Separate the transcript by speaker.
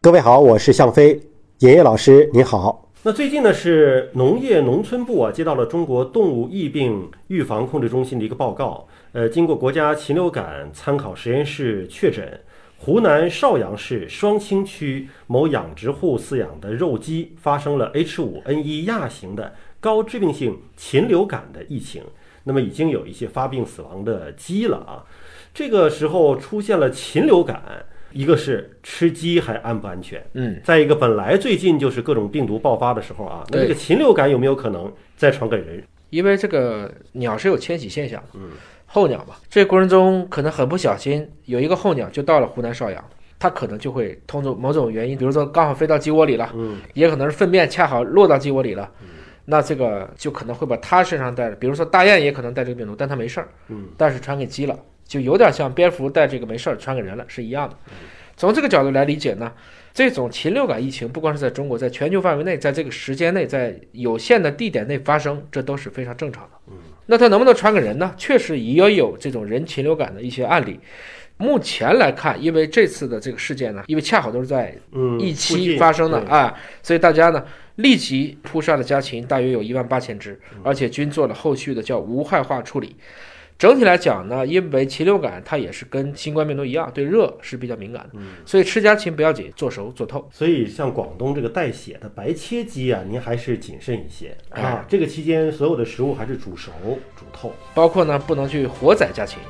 Speaker 1: 各位好，我是向飞。尹烨老师您好。
Speaker 2: 那最近呢，是农业农村部啊接到了中国动物疫病预防控制中心的一个报告，呃，经过国家禽流感参考实验室确诊，湖南邵阳市双清区某养殖户饲养的肉鸡发生了 H5N1 亚型的高致病性禽流感的疫情，那么已经有一些发病死亡的鸡了啊。这个时候出现了禽流感。一个是吃鸡还安不安全，
Speaker 3: 嗯，
Speaker 2: 再一个本来最近就是各种病毒爆发的时候啊，那
Speaker 3: 对
Speaker 2: 这个禽流感有没有可能再传给人？
Speaker 3: 因为这个鸟是有迁徙现象，嗯，候鸟嘛，这过程中可能很不小心，有一个候鸟就到了湖南邵阳，它可能就会通过某种原因，比如说刚好飞到鸡窝里了，
Speaker 2: 嗯，
Speaker 3: 也可能是粪便恰好落到鸡窝里了，那这个就可能会把它身上带着，比如说大雁也可能带这个病毒，但它没事儿，
Speaker 2: 嗯，
Speaker 3: 但是传给鸡了，就有点像蝙蝠带这个没事儿传给人了是一样的。从这个角度来理解呢，这种禽流感疫情不光是在中国，在全球范围内，在这个时间内，在有限的地点内发生，这都是非常正常的。那它能不能传给人呢？确实也有这种人禽流感的一些案例。目前来看，因为这次的这个事件呢，因为恰好都是在
Speaker 2: 嗯，
Speaker 3: 一
Speaker 2: 附
Speaker 3: 期
Speaker 2: 近嗯
Speaker 3: 发生的
Speaker 2: 对
Speaker 3: 啊，所以大家呢立即扑杀了家禽，大约有一万八千只，
Speaker 2: 嗯
Speaker 3: 而且均做了后续的叫无害化处理。整体来讲呢，因为禽流感它也是跟新冠病毒一样，对热是比较敏感
Speaker 2: 嗯
Speaker 3: 的，所以吃家禽不要紧，做熟做透。
Speaker 2: 所以像广东这个带血的白切鸡啊，您还是谨慎一些啊
Speaker 3: 哎。
Speaker 2: 这个期间所有的食物还是煮熟、煮透。
Speaker 3: 包括呢不能去活宰家禽，